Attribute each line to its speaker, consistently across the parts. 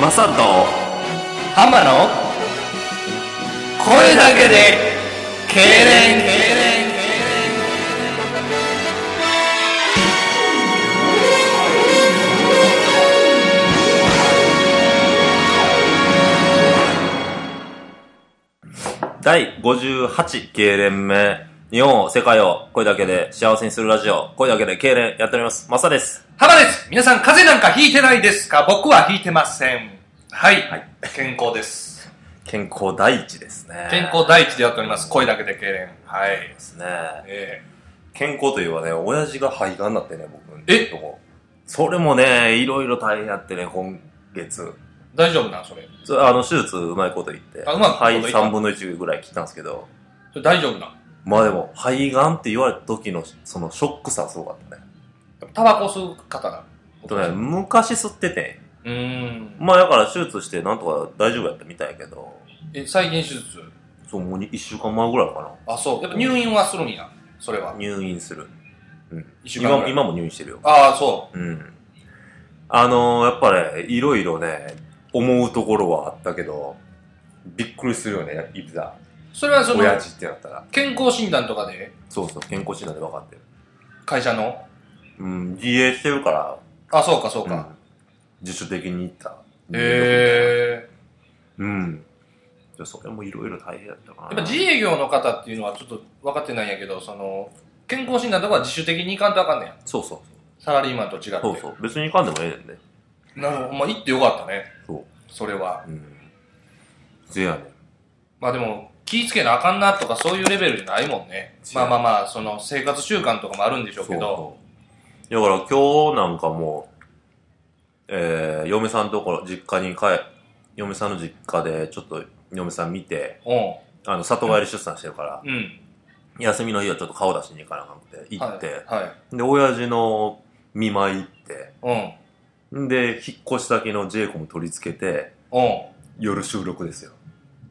Speaker 1: マサとハマの声だけで痙攣第58痙攣目日本を世界を声だけで幸せにするラジオ声だけで痙攣やっておりますマサです
Speaker 2: 浜です皆さん風邪なんかひいてないですか僕はひいてません。はい。健康です。
Speaker 1: 健康第一ですね
Speaker 2: 健康第一でやっております。声だけで痙攣。はい
Speaker 1: で。すね
Speaker 2: え
Speaker 1: 健康といえばね、親父が肺がんなってね、僕。
Speaker 2: え
Speaker 1: とこそれもね、いろいろ大変やってね、今月。
Speaker 2: え大丈夫なんそれ。
Speaker 1: それあの、手術うまいこと言って。
Speaker 2: あうまいこと言った
Speaker 1: 肺3分の1ぐらい切ったんですけど。
Speaker 2: それ大丈夫なん
Speaker 1: まあでも、肺がんって言われた時の、そのショックさはすごかったね。
Speaker 2: タバコ吸う方だ。
Speaker 1: あとね、昔吸ってて。
Speaker 2: うーん。
Speaker 1: まあだから手術してなんとか大丈夫やったみたいやけど。
Speaker 2: え、再現手術
Speaker 1: そう、もう1週間前ぐらいか
Speaker 2: あ、そう。やっぱ入院はするんや。それは
Speaker 1: な。。入院する。
Speaker 2: 一週間ぐ
Speaker 1: 今
Speaker 2: らい。
Speaker 1: 今も入院してるよ。
Speaker 2: ああ、そ
Speaker 1: うん。あのー、やっぱね、いろいろね、思うところはあったけど、びっくりするよね、いざ。
Speaker 2: う。それはその、
Speaker 1: 親父ってなったら。
Speaker 2: 健康診断とかで、
Speaker 1: そうそう、健康診断で分かってる。
Speaker 2: 会社の。
Speaker 1: うん、自閉してるから、
Speaker 2: あ、そうか、そう
Speaker 1: うん
Speaker 2: か。
Speaker 1: 自主的に行った。
Speaker 2: へえ。
Speaker 1: うん。じゃあそれもいろいろ大変だったかな。
Speaker 2: やっぱ自営業の方っていうのはちょっと分かってないんやけど、その、健康診断とかは自主的に行かんとあかんねや。
Speaker 1: そうそう
Speaker 2: サラリーマンと違って。
Speaker 1: そう。そうそう。別に行かんでもええねんね。
Speaker 2: なるほど。まあ、行ってよかったね。
Speaker 1: そう。
Speaker 2: それは。
Speaker 1: うん。せやねん。
Speaker 2: まあでも、気ぃつけなあかんなとかそういうレベルじゃないもんね。
Speaker 1: 違う
Speaker 2: まあまあまあ、その生活習慣とかもあるんでしょうけ
Speaker 1: そう
Speaker 2: ど。
Speaker 1: そう。だから今日なんかもう、えー、嫁さんのところ、実家に帰、嫁さんの実家でちょっと嫁さん見て、あの、里帰り出産してるから、
Speaker 2: うん。うん。
Speaker 1: 休みの日はちょっと顔出しに行かなあかんくて、行って、
Speaker 2: はい。はい
Speaker 1: で、親父の見舞い行って、
Speaker 2: うん。
Speaker 1: んで、引っ越し先のジェイコム取り付けて、
Speaker 2: うん。
Speaker 1: 夜収録ですよ。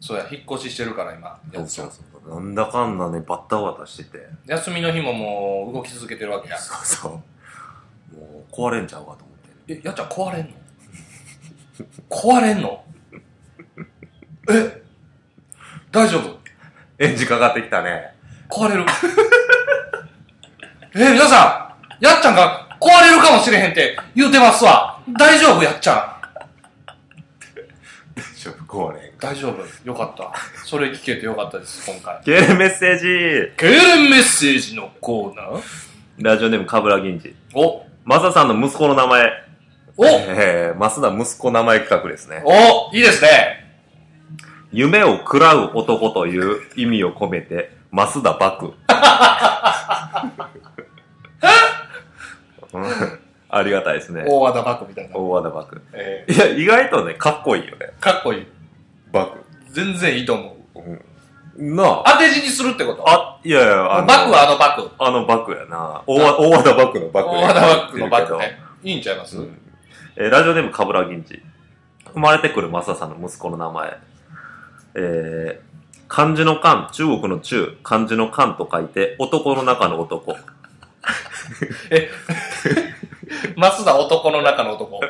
Speaker 2: そうや、引っ越ししてるから今。
Speaker 1: そうそうそう。なんだかんだね、バッタバタしてて。
Speaker 2: 休みの日ももう動き続けてるわけや。
Speaker 1: そうそう。もう壊れんちゃうかと思って。
Speaker 2: え、やっちゃん壊れんの壊れんのえ大丈夫
Speaker 1: エンジンかかってきたね。
Speaker 2: 壊れる。 えー、皆さん、やっちゃんが壊れるかもしれへんって言うてますわ。大丈夫、やっちゃ
Speaker 1: ちょっと壊れん
Speaker 2: ん。大丈夫。よかった。それ聞けてよかったです、今回。
Speaker 1: ゲーメッセージ
Speaker 2: ケールメッセージのコーナー
Speaker 1: ラジオネーム、かぶら銀次。
Speaker 2: お、
Speaker 1: マサさんの息子の名前。
Speaker 2: お、
Speaker 1: えー、マスダ息子名前企画ですね。
Speaker 2: お、いいですね。
Speaker 1: 夢を喰らう男という意味を込めて、マスダバク。 うんありがたいですね。
Speaker 2: 大和田バクみたいな。
Speaker 1: 大和田バク。
Speaker 2: え
Speaker 1: いや、意外とね、かっこいいよね。
Speaker 2: ー、かっこいい。
Speaker 1: バク。
Speaker 2: 全然いいと思う。
Speaker 1: なあ。
Speaker 2: 当て字にするってこと
Speaker 1: あ、いやいや、あの、
Speaker 2: バクはあのバク。
Speaker 1: あのバクやな。大和大和田バクのバク
Speaker 2: 大
Speaker 1: ね
Speaker 2: 和田バクのバク
Speaker 1: 言ってる
Speaker 2: ね。いいんちゃいます、
Speaker 1: うんけどえーラジオネーム、かぶら銀次。生まれてくるマサさんの息子の名前。えー、漢字の漢、中国の中、漢字の漢と書いて、男の中の男。
Speaker 2: 増田男の中の男。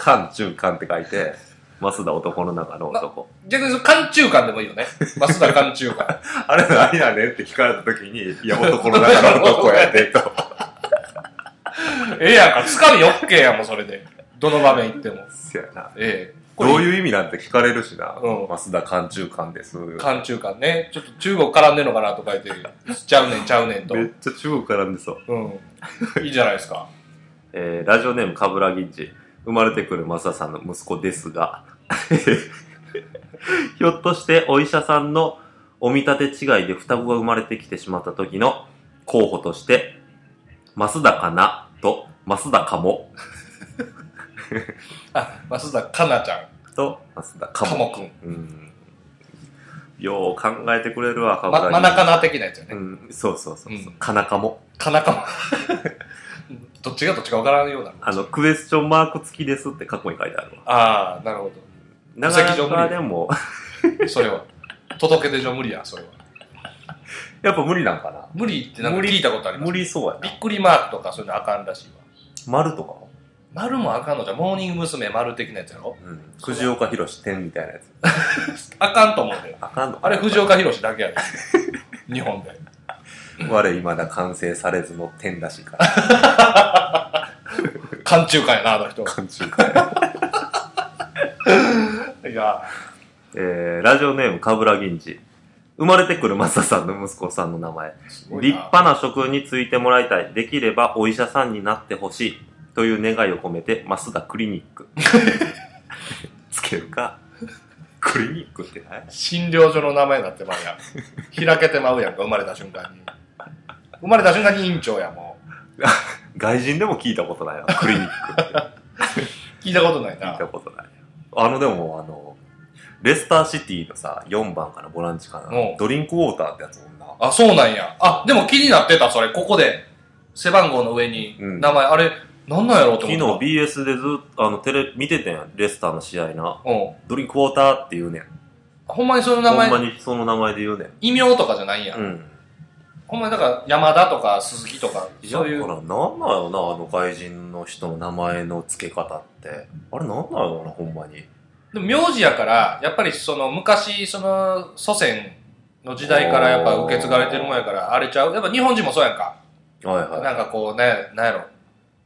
Speaker 1: 漢、中漢って書いて、マスダ男の中の男。
Speaker 2: 逆にその寒中間でもい いよね。増田寒中間。
Speaker 1: あれ何やねんって聞かれた時に、いや、男の中の男やで、と。
Speaker 2: ええやんか、つかみよっけやん、もうそれで。どの場面行っても。
Speaker 1: そやな。
Speaker 2: ええ
Speaker 1: どういう意味なんて聞かれるしな。
Speaker 2: うん
Speaker 1: マスダ漢中漢です。
Speaker 2: 寒中間ね。ちょっと中国絡んでんのかなとか言って、ちゃうねん、ちゃうねんと。
Speaker 1: めっちゃ中国からんでそう。
Speaker 2: うん。いいじゃないですか。
Speaker 1: えーラジオネームかぶらぎんち生まれてくるマサさんの息子ですが ひょっとしてお医者さんのお見立て違いで双子が生まれてきてしまった時の候補として増田かなと増田かも
Speaker 2: あ、増田かなちゃん。
Speaker 1: と増田かも
Speaker 2: かもくん。
Speaker 1: うんよう考えてくれるわかぶら
Speaker 2: ま、
Speaker 1: ぎ
Speaker 2: ま
Speaker 1: ん
Speaker 2: なかな的なやつよ
Speaker 1: う
Speaker 2: ね。
Speaker 1: ん、そうそうそうそう、
Speaker 2: うん
Speaker 1: かなかも
Speaker 2: かなかも。 どっちがどっちかわからんような。
Speaker 1: あのクエスチョンマーク付きですって過去に書いてあるわ
Speaker 2: ああ、なるほ
Speaker 1: な
Speaker 2: 戸籍
Speaker 1: か
Speaker 2: 上
Speaker 1: な
Speaker 2: 無理
Speaker 1: かでも
Speaker 2: ど。それは。届け出上無理や、それは。
Speaker 1: やっぱ無理なんかな
Speaker 2: 無理ってなんか聞いたことあります。
Speaker 1: 無理そうやな
Speaker 2: びっくりマークとかそういうのあかんらしいわ。
Speaker 1: 丸とかも
Speaker 2: 丸もあかんのじゃん、モーニング娘。丸的なやつやろ
Speaker 1: うん。藤岡弘天みたいなやつ。
Speaker 2: あかんと思うね
Speaker 1: あかんのか
Speaker 2: あ
Speaker 1: な
Speaker 2: れ、藤岡弘だけや で。日本で。
Speaker 1: 我未だ完成されずの天らしい から。
Speaker 2: 勘中かやな、あの人。
Speaker 1: 勘違い。
Speaker 2: いや、
Speaker 1: えー、ラジオネーム、かぶら銀次。生まれてくるマサさんの息子さんの名前。
Speaker 2: す
Speaker 1: 立
Speaker 2: ごいな。
Speaker 1: 派な職に就いてもらいたい。できればお医者さんになってほしい。という願いを込めて、マスダクリニッ ク。つけるか。クリニックって何
Speaker 2: 診療所の名前になってまうやん。開けてまうやんか、生まれた瞬間に。生まれた瞬間に院長や、も
Speaker 1: 外人でも聞いたことないわ。クリニックって。
Speaker 2: う。聞いたことな
Speaker 1: 聞
Speaker 2: い
Speaker 1: い
Speaker 2: な
Speaker 1: た。ことない。あの、でも、あの、レスターシティのさ、4番かな、ボランチかな
Speaker 2: うん。
Speaker 1: ドリンクウォーターってやつもんな。
Speaker 2: あ、そうなんや。あ、でも気になってた、それ。ここで、背番号の上に、
Speaker 1: うん
Speaker 2: 名前、あれ、なんなんやろうと
Speaker 1: 昨日
Speaker 2: 思った。
Speaker 1: BS でずっと、あの、テレ、見ててん、レスターの試合な。
Speaker 2: うん。
Speaker 1: ドリンクウォーターって言うねん。
Speaker 2: ほんまにその名
Speaker 1: ほんま
Speaker 2: 前、
Speaker 1: にその名前で言うねん。
Speaker 2: 異名とかじゃないんや。
Speaker 1: うん。
Speaker 2: ほんまにだから、山田とか鈴木とか、そうい
Speaker 1: だか
Speaker 2: う
Speaker 1: ら、なんなんやろな、あの外人の人の名前の付け方って。あれなんなんやろな、ほんまに。
Speaker 2: でも名字やから、やっぱりその昔、その祖先の時代からやっぱ受け継がれてるもんやから、あれちゃうやっぱ日本人もそうやんか。
Speaker 1: はいはい。
Speaker 2: なんかこう、なんやなんやろ。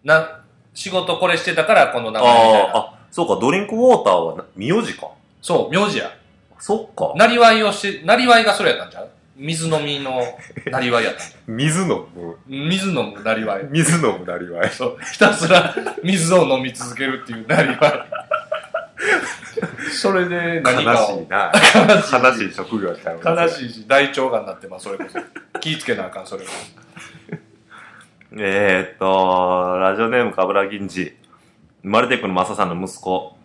Speaker 2: な、仕事これしてたからこの名
Speaker 1: あ
Speaker 2: 前みたいな。
Speaker 1: あ、あ、そうか、ドリンクウォーターはな、名字か。
Speaker 2: そう、名字や。
Speaker 1: そっか。
Speaker 2: なりわいをして、なりわいがそれやったんちゃう水飲みのなりわいやった。
Speaker 1: 水飲む。
Speaker 2: 水飲むなりわい。
Speaker 1: 水飲むなりわい。
Speaker 2: そう、ひたすら水を飲み続けるっていうなり わい。それで
Speaker 1: 悲
Speaker 2: 何かを
Speaker 1: しいな。悲しい職業ちゃう
Speaker 2: 悲
Speaker 1: い。
Speaker 2: しいし、大腸がんになってます、それこ そ。気ぃつけなあかん、それは。
Speaker 1: えー、っと、ラジオネームかぶら銀次。生まれてくるマサさんの息子。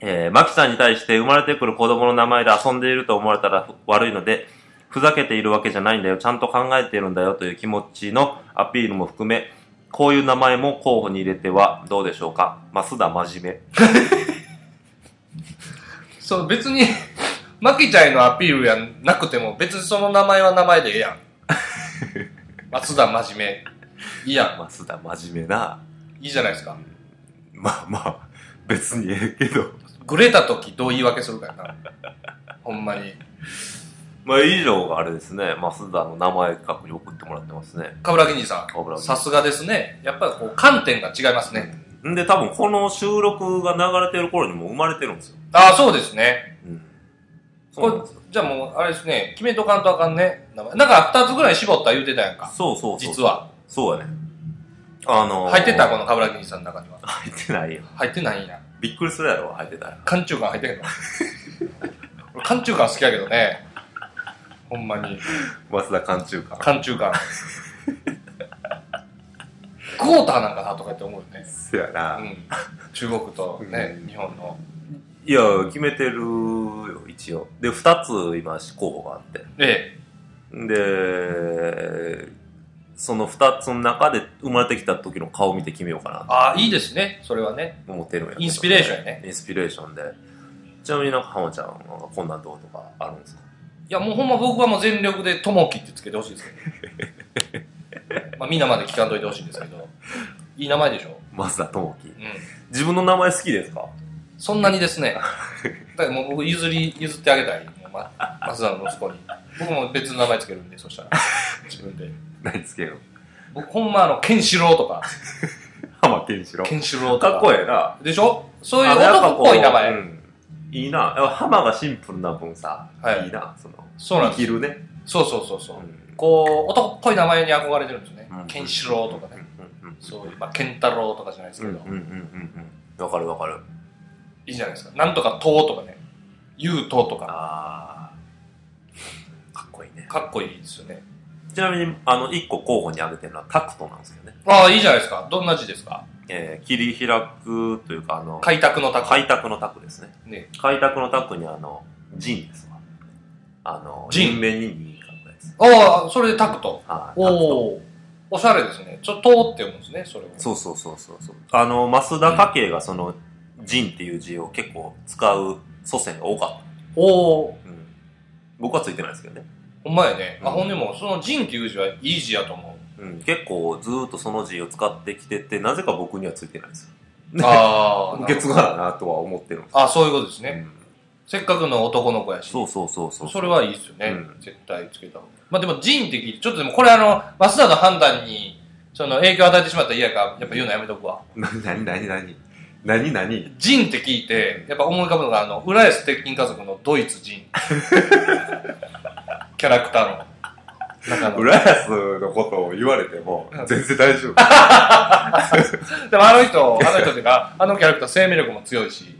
Speaker 1: えー、マキさんに対して生まれてくる子供の名前で遊んでいると思われたらふ悪いので、ふざけているわけじゃないんだよ、ちゃんと考えているんだよという気持ちのアピールも含め、こういう名前も候補に入れてはどうでしょうか。増田真面
Speaker 2: そう、別に、マキちゃんへのアピールやなくても、別にその名前は名前で ええやん。松田真面目。いいや
Speaker 1: 目。増田真面目な。
Speaker 2: ん。いいじゃないですか。
Speaker 1: まあまあ、別にええけど。
Speaker 2: グレた時どう言い訳するかやな。ほんまに。
Speaker 1: まあ以上があれですね、増田の名前企画に送ってもらってますね。
Speaker 2: かぶらぎにさ
Speaker 1: 鏑木
Speaker 2: ん、さすがですね。やっぱりこう、観点が違いますね。
Speaker 1: んで、多分この収録が流れてる頃にもう生まれてるんですよ。
Speaker 2: ああ、そうですね。
Speaker 1: うん。そ
Speaker 2: こ
Speaker 1: う
Speaker 2: れ
Speaker 1: なんですよ。、
Speaker 2: じゃあもう、あれですね、決めとかんとあかんね。名前なんか二つぐらい絞った言うてたやんか。
Speaker 1: そうそうそう。
Speaker 2: 実。は。
Speaker 1: そうやね。あのー、
Speaker 2: 入ってたこのかぶらぎにさんの中には。
Speaker 1: 入ってないよ。
Speaker 2: 入ってないんや。
Speaker 1: びっくりするやろ、入ってたら。
Speaker 2: 缶中缶入ってへんの俺缶中缶好きやけどねほんまに
Speaker 1: 増田館中か。
Speaker 2: 缶中缶クォーターなんかなとかって思うよね、
Speaker 1: せやな
Speaker 2: う。ん、中国とね、
Speaker 1: うん
Speaker 2: 日本の
Speaker 1: いや、決めてるよ、一応。で、二つ今、候補があって。
Speaker 2: え
Speaker 1: で、その二つの中で生まれてきた時の顔を見て決めようかな
Speaker 2: ああいいですねそれはね
Speaker 1: と思ってるんやけど
Speaker 2: インスピレーションやね
Speaker 1: インスピレーションで。ちなみになんか浜ちゃんはこんなんどうとかあるんですか
Speaker 2: いやもうほんま僕はもう全力で「ともき」ってつけてほしいですけどまあみんなまで聞かんといてほしいんですけどいい名前でしょ
Speaker 1: 増田智樹
Speaker 2: う。ん
Speaker 1: 自分の名前好きですか
Speaker 2: そんなにです ね。だからもう僕譲り、譲ってあげたい。もうま、松田の息子に。僕も別の名前つけるんで、そしたら。自分で。
Speaker 1: 何つけよう
Speaker 2: 僕ほんまあの、ケンシロウとか、
Speaker 1: 浜健志郎。
Speaker 2: ケンシロウとか。
Speaker 1: かっこええな。
Speaker 2: いい。でしょそういう
Speaker 1: あのやぱ
Speaker 2: 男っ
Speaker 1: こう
Speaker 2: ぽい名前。
Speaker 1: うんいいな。浜がシンプルな分さ、
Speaker 2: はい
Speaker 1: いな。その、
Speaker 2: そうなん
Speaker 1: 生
Speaker 2: です
Speaker 1: きるね。
Speaker 2: そうそうそうそうう。
Speaker 1: ん
Speaker 2: こう、男っぽい名前に憧れてるんですよね
Speaker 1: うん。
Speaker 2: ケンシロウとかね。
Speaker 1: うんうん
Speaker 2: そういう、まあ、ケンタロウとかじゃないです
Speaker 1: うん
Speaker 2: け
Speaker 1: うん
Speaker 2: ど。
Speaker 1: うんうんうん。わかるわかる。
Speaker 2: いいじゃないですか。なんとかトウとかね。ユウトウとか。
Speaker 1: あー。かっこいいね。
Speaker 2: かっこいいですよね。
Speaker 1: ちなみに、あの、一個候補に挙げてるのはタクトなんですよね。
Speaker 2: ああ、いいじゃないですか。どんな字ですか
Speaker 1: えー、切り開くというか、あの、
Speaker 2: 開拓の拓。
Speaker 1: 開拓のタクですね。
Speaker 2: ね。
Speaker 1: 開拓のタクにあの、ジンですわ。あの、
Speaker 2: ジン
Speaker 1: 人名に2書くやつ。
Speaker 2: ああ、それでタクト。
Speaker 1: はい。タクト
Speaker 2: おおおしゃれですね。ちょっと、とって読むんですね、それを。
Speaker 1: そうそうそうそうそう。あの、増田家系がその、仁っていう字を結構使う祖先が多かっ
Speaker 2: おお
Speaker 1: た。うん。僕はついてないですけどね。
Speaker 2: ほんまやね。あ、
Speaker 1: うん
Speaker 2: ほんでも、その、ジンっていう字はいい字やと思う。
Speaker 1: うん。結構ずーっとその字を使ってきてて、なぜか僕にはついてないですよ。
Speaker 2: ああ。
Speaker 1: 受け継がななとは思ってるんです
Speaker 2: あ、そういうことですね。
Speaker 1: ね。
Speaker 2: せっかくの男の子やし。
Speaker 1: そうそうそうそう。
Speaker 2: それはいいですよね。
Speaker 1: うん
Speaker 2: 絶対つけた方が。まあでも、ジンって聞いて、ちょっとでもこれあの、マスダの判断に、その影響を与えてしまったら嫌やから、やっぱ言うのやめとくわ。
Speaker 1: なになになに なになに
Speaker 2: ジンって聞いて、やっぱ思い浮かぶのが、あの、浦安鉄筋家族のドイツ 人。キャラクターの中の。
Speaker 1: 浦安のことを言われても、全然大丈夫。
Speaker 2: でもあの人、あの人っていうか、あのキャラクター生命力も強い し、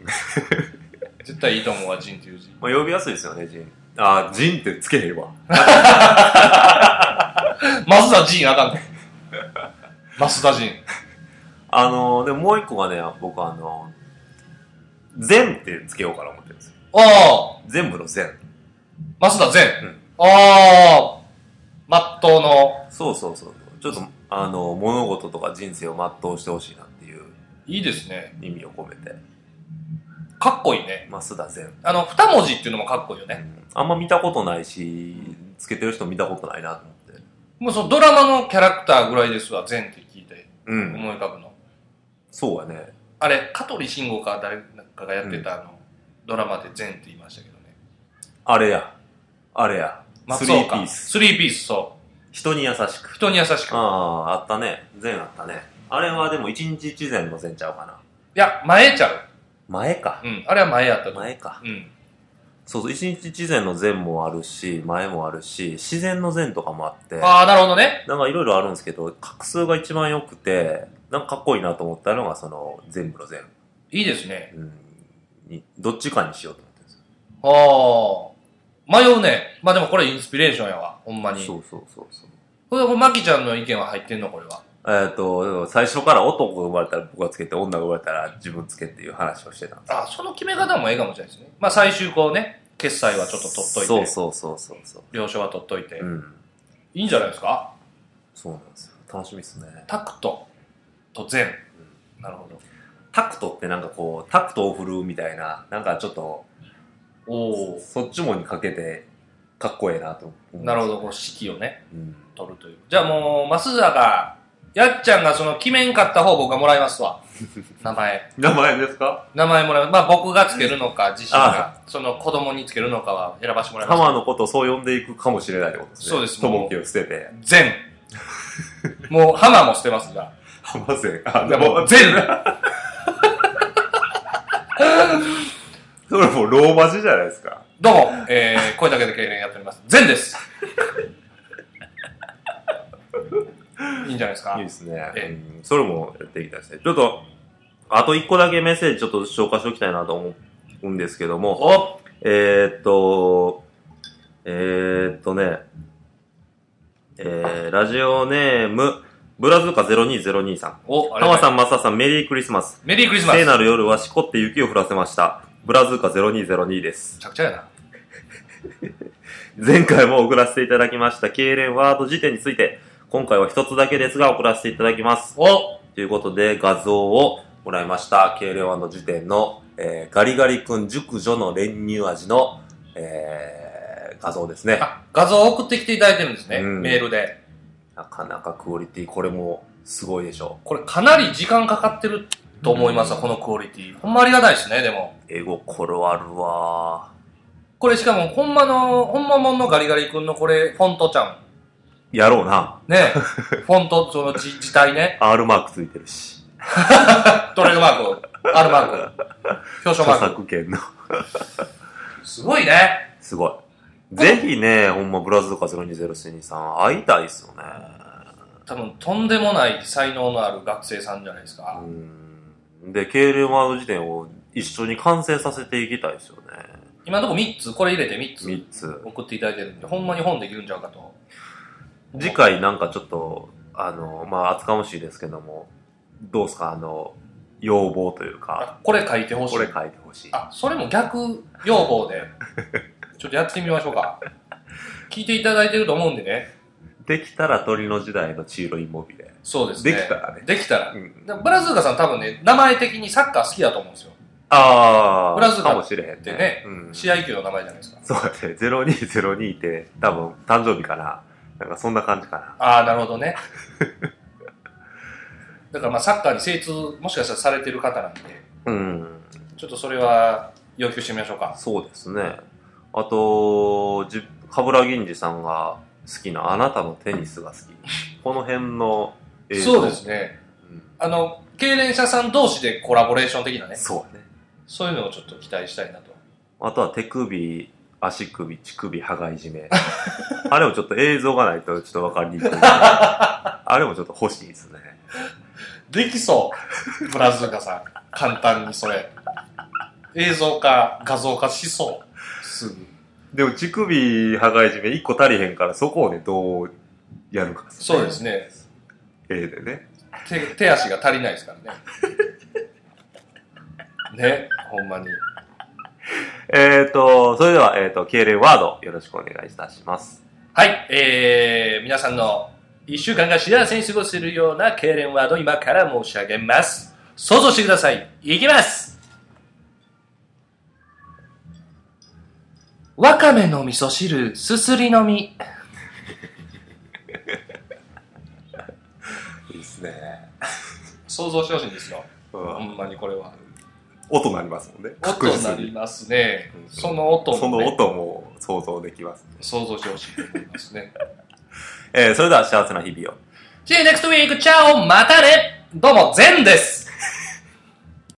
Speaker 2: 絶対いいと思うわ、ジンっていう字。
Speaker 1: まあ、呼びやすいですよね、ジン。あ、ジンってつけへんわ。
Speaker 2: マスダジンあかんねん。マスダジン。
Speaker 1: あのー、でももう一個がね、僕あのー、全ってつけようかな思ってるんですよ。
Speaker 2: ああ
Speaker 1: 全部の全。
Speaker 2: マスダ全。
Speaker 1: うん
Speaker 2: ああまっとうの。
Speaker 1: そうそうそう。ちょっと、あのー、物事とか人生を全うしてほしいなっていう
Speaker 2: いいですね。
Speaker 1: 意味を込めて、
Speaker 2: かっこいいね。
Speaker 1: マスダ全。
Speaker 2: あの、二文字っていうのもかっこいいよね。
Speaker 1: あんま見たことないし、つけてる人見たことないなと思って。
Speaker 2: もうそのドラマのキャラクターぐらいですわ、全って聞いて
Speaker 1: う
Speaker 2: 思
Speaker 1: ん。
Speaker 2: い浮かぶの。
Speaker 1: そうやね。
Speaker 2: あれ、香取慎吾か誰かがやってたあの、ドラマで全って言いましたけどね。
Speaker 1: あれや。あれや。ス
Speaker 2: 松
Speaker 1: リー
Speaker 2: 岡。
Speaker 1: ピース。
Speaker 2: スリーピース、そ
Speaker 1: 人に優し
Speaker 2: う。
Speaker 1: く。
Speaker 2: 人に優しく。い
Speaker 1: ああ、あったね。善あったね。あれはでも一日一善の善ちゃうかな。
Speaker 2: や、前ちゃう。
Speaker 1: 前か。
Speaker 2: うん。あれは前やったと。
Speaker 1: 前か。
Speaker 2: うん。
Speaker 1: そうそう、一日一善の善もあるし、前もあるし、自然の善とかもあって、
Speaker 2: ああ、なるほどね。
Speaker 1: なんかいろいろあるんですけど、画数が一番良くて、なんかかっこいいなと思ったのが、その、全部の善、
Speaker 2: いいですね。
Speaker 1: うん、に、どっちかにしようと思ってるんですよ。
Speaker 2: ああ。迷うね。まあでもこれインスピレーションやわ。ほんまに。
Speaker 1: そうそうそうそう。
Speaker 2: これ、これマキちゃんの意見は入ってんのこれは。
Speaker 1: えっ、と、最初から男が生まれたら僕がつけて、女が生まれたら自分つけっていう話をしてたんですよ
Speaker 2: あ、その決め方もええかもしれないですね。まあ、最終こうね、決済はちょっと取っといて。
Speaker 1: そうそうそうそうそう。
Speaker 2: 了承は取っといて。
Speaker 1: うん。
Speaker 2: いいんじゃないですか
Speaker 1: そうなんですよ。楽しみですね。
Speaker 2: タクトと善。なるほど。
Speaker 1: タクトってなんかこう、タクトを振るうみたいな、なんかちょっと、
Speaker 2: おお。
Speaker 1: そっちもにかけて、かっこええなと思う
Speaker 2: なるほど、こう、指揮をね、
Speaker 1: うん。
Speaker 2: 取るという。じゃあもう、増田が、やっちゃんがその、決めんかった方僕がもらいますわ。名前。
Speaker 1: 名前ですか
Speaker 2: 名前もらいます。まあ、僕がつけるのか、自身
Speaker 1: あ
Speaker 2: が、その、子供につけるのかは選ばしてもらいます。
Speaker 1: 浜のことをそう呼んでいくかもしれないってことですね。
Speaker 2: そうです
Speaker 1: 友樹を捨てて。
Speaker 2: 善。もう、浜も捨てます、じゃあ。
Speaker 1: 浜瀬。あ、
Speaker 2: で
Speaker 1: で
Speaker 2: も
Speaker 1: も、
Speaker 2: 全
Speaker 1: それもうローマ字じゃないですか。
Speaker 2: どうも、えー、声だけで経連やっております。全 です。いいんじゃないですか
Speaker 1: いいですね。
Speaker 2: え
Speaker 1: うんそれもやっていきたいですね。ちょっと、あと一個だけメッセージちょっと紹介しておきたいなと思うんですけども、
Speaker 2: お
Speaker 1: えー、っと、えー、っとね、えー、ラジオネーム、ブラズーカ0202さん。
Speaker 2: お、あれ
Speaker 1: 浜さん、マサさん、メリークリスマス。
Speaker 2: メリークリスマス。
Speaker 1: 聖
Speaker 2: め
Speaker 1: なる夜はしこって雪を降らせました。ブラズーカ0202です。
Speaker 2: ちゃくちゃやな。
Speaker 1: 前回も送らせていただきました、経連ワード辞典について、今回は一つだけですが送らせていただきます。
Speaker 2: お
Speaker 1: ということで、画像をもらいました、経連ワード辞典の、えーガリガリ君熟女の練乳味の、えー画像ですね。
Speaker 2: あ、画像を送ってきていただいてるんですね。
Speaker 1: うん
Speaker 2: メールで。
Speaker 1: なかなかクオリティ、これもすごいでしょ
Speaker 2: これかなり時間かかってると思いますわ、
Speaker 1: うん
Speaker 2: このクオリティ。ほんまありがたいですね、でも
Speaker 1: う。。英語これはあるわ
Speaker 2: これしかも、ほんまの、ほんまもんのガリガリ君のこれ、フォントちゃん。
Speaker 1: やろうな。
Speaker 2: ねフォント、その字、字体ね。
Speaker 1: R マークついてるし。
Speaker 2: トレードマーク、あるマーク、表彰
Speaker 1: 著
Speaker 2: マー
Speaker 1: 作権の。
Speaker 2: ク。すごいね。
Speaker 1: すごい。ぜひね、ほんま、ブラズとか0202さん、会いたいっすよね。
Speaker 2: 多分とんでもない才能のある学生さんじゃないですか。
Speaker 1: うんで、経連ワード辞典を一緒に完成させていきたいですよね。
Speaker 2: 今のところ3つ、これ入れて3つ
Speaker 1: 3つ。
Speaker 2: 送っていただいてるんで、ほんまに本できるんちゃうかと。
Speaker 1: 次回なんかちょっと、あの、まあ、厚かましいですけども、どうすか、あの、要望というか、
Speaker 2: あ、これ書いてほしい
Speaker 1: こ。れ書いてほしい。
Speaker 2: あ、それも逆要望で、 ちょっとやってみましょうか。聞いていただいてると思うんでね。
Speaker 1: できたら鳥の時代のチーロインモビレ。
Speaker 2: そうですね。
Speaker 1: できた。らね。
Speaker 2: できたら。
Speaker 1: うん
Speaker 2: でブラズーカさん多分ね、名前的にサッカー好きだと思うんですよ。
Speaker 1: ああ、
Speaker 2: ブラズが
Speaker 1: かもしれへん
Speaker 2: ってね
Speaker 1: うん、
Speaker 2: 試合球の名前じゃないですか。
Speaker 1: そうだね、0202って多分誕生日かな。なんかそんな感じかな。
Speaker 2: ああ、なるほどね。 だからまあサッカーに精通、もしかしたらされてる方なんで、
Speaker 1: うん。
Speaker 2: ちょっとそれは要求してみましょうか。
Speaker 1: そうですね。あと、じ、冠城二さんが好きなあなたのテニス が好き。この辺の映像。
Speaker 2: そうですね。
Speaker 1: うん。
Speaker 2: あの、経連者さん同士でコラボレーション的なね、
Speaker 1: そうやね。
Speaker 2: そういうのをちょっと期待したいなと。
Speaker 1: あとは手首、足首、乳首、羽がいじめ。 あれもちょっと映像がないとちょっとわかりにくい。 あれもちょっと欲しいですね。
Speaker 2: できそう。 ブラズーカさん。簡単にそれ。映像化、画像化しそう。すぐ。
Speaker 1: でも乳首、羽がいじめ一個足りへんからそこをね、どうやるか、
Speaker 2: そうです
Speaker 1: ね。
Speaker 2: ね。
Speaker 1: 絵でね。
Speaker 2: 手手足が足りないですからね。ね、ほんまに。
Speaker 1: えっ、ー、と、それでは、えっ、と、敬礼ワードよろしくお願いいたします。
Speaker 2: はい、えー、皆さんの一週間が幸せに過ごせるような経連ワード今から申し上げます。想像してください。いきますわかめの味噌汁、すすりのみ。
Speaker 1: いいですね。
Speaker 2: 想像してほしいんですよ。
Speaker 1: う
Speaker 2: ほ
Speaker 1: ん。
Speaker 2: んまにこれは。
Speaker 1: 音になりますもんね。
Speaker 2: 音になりますね
Speaker 1: う。ん
Speaker 2: その音
Speaker 1: その
Speaker 2: も、ね、
Speaker 1: 音も想像できます。
Speaker 2: 想像してほしいと思いますね。
Speaker 1: えー、それでは幸せな日々を。
Speaker 2: See you next week! チャオまたねどうも、ゼンです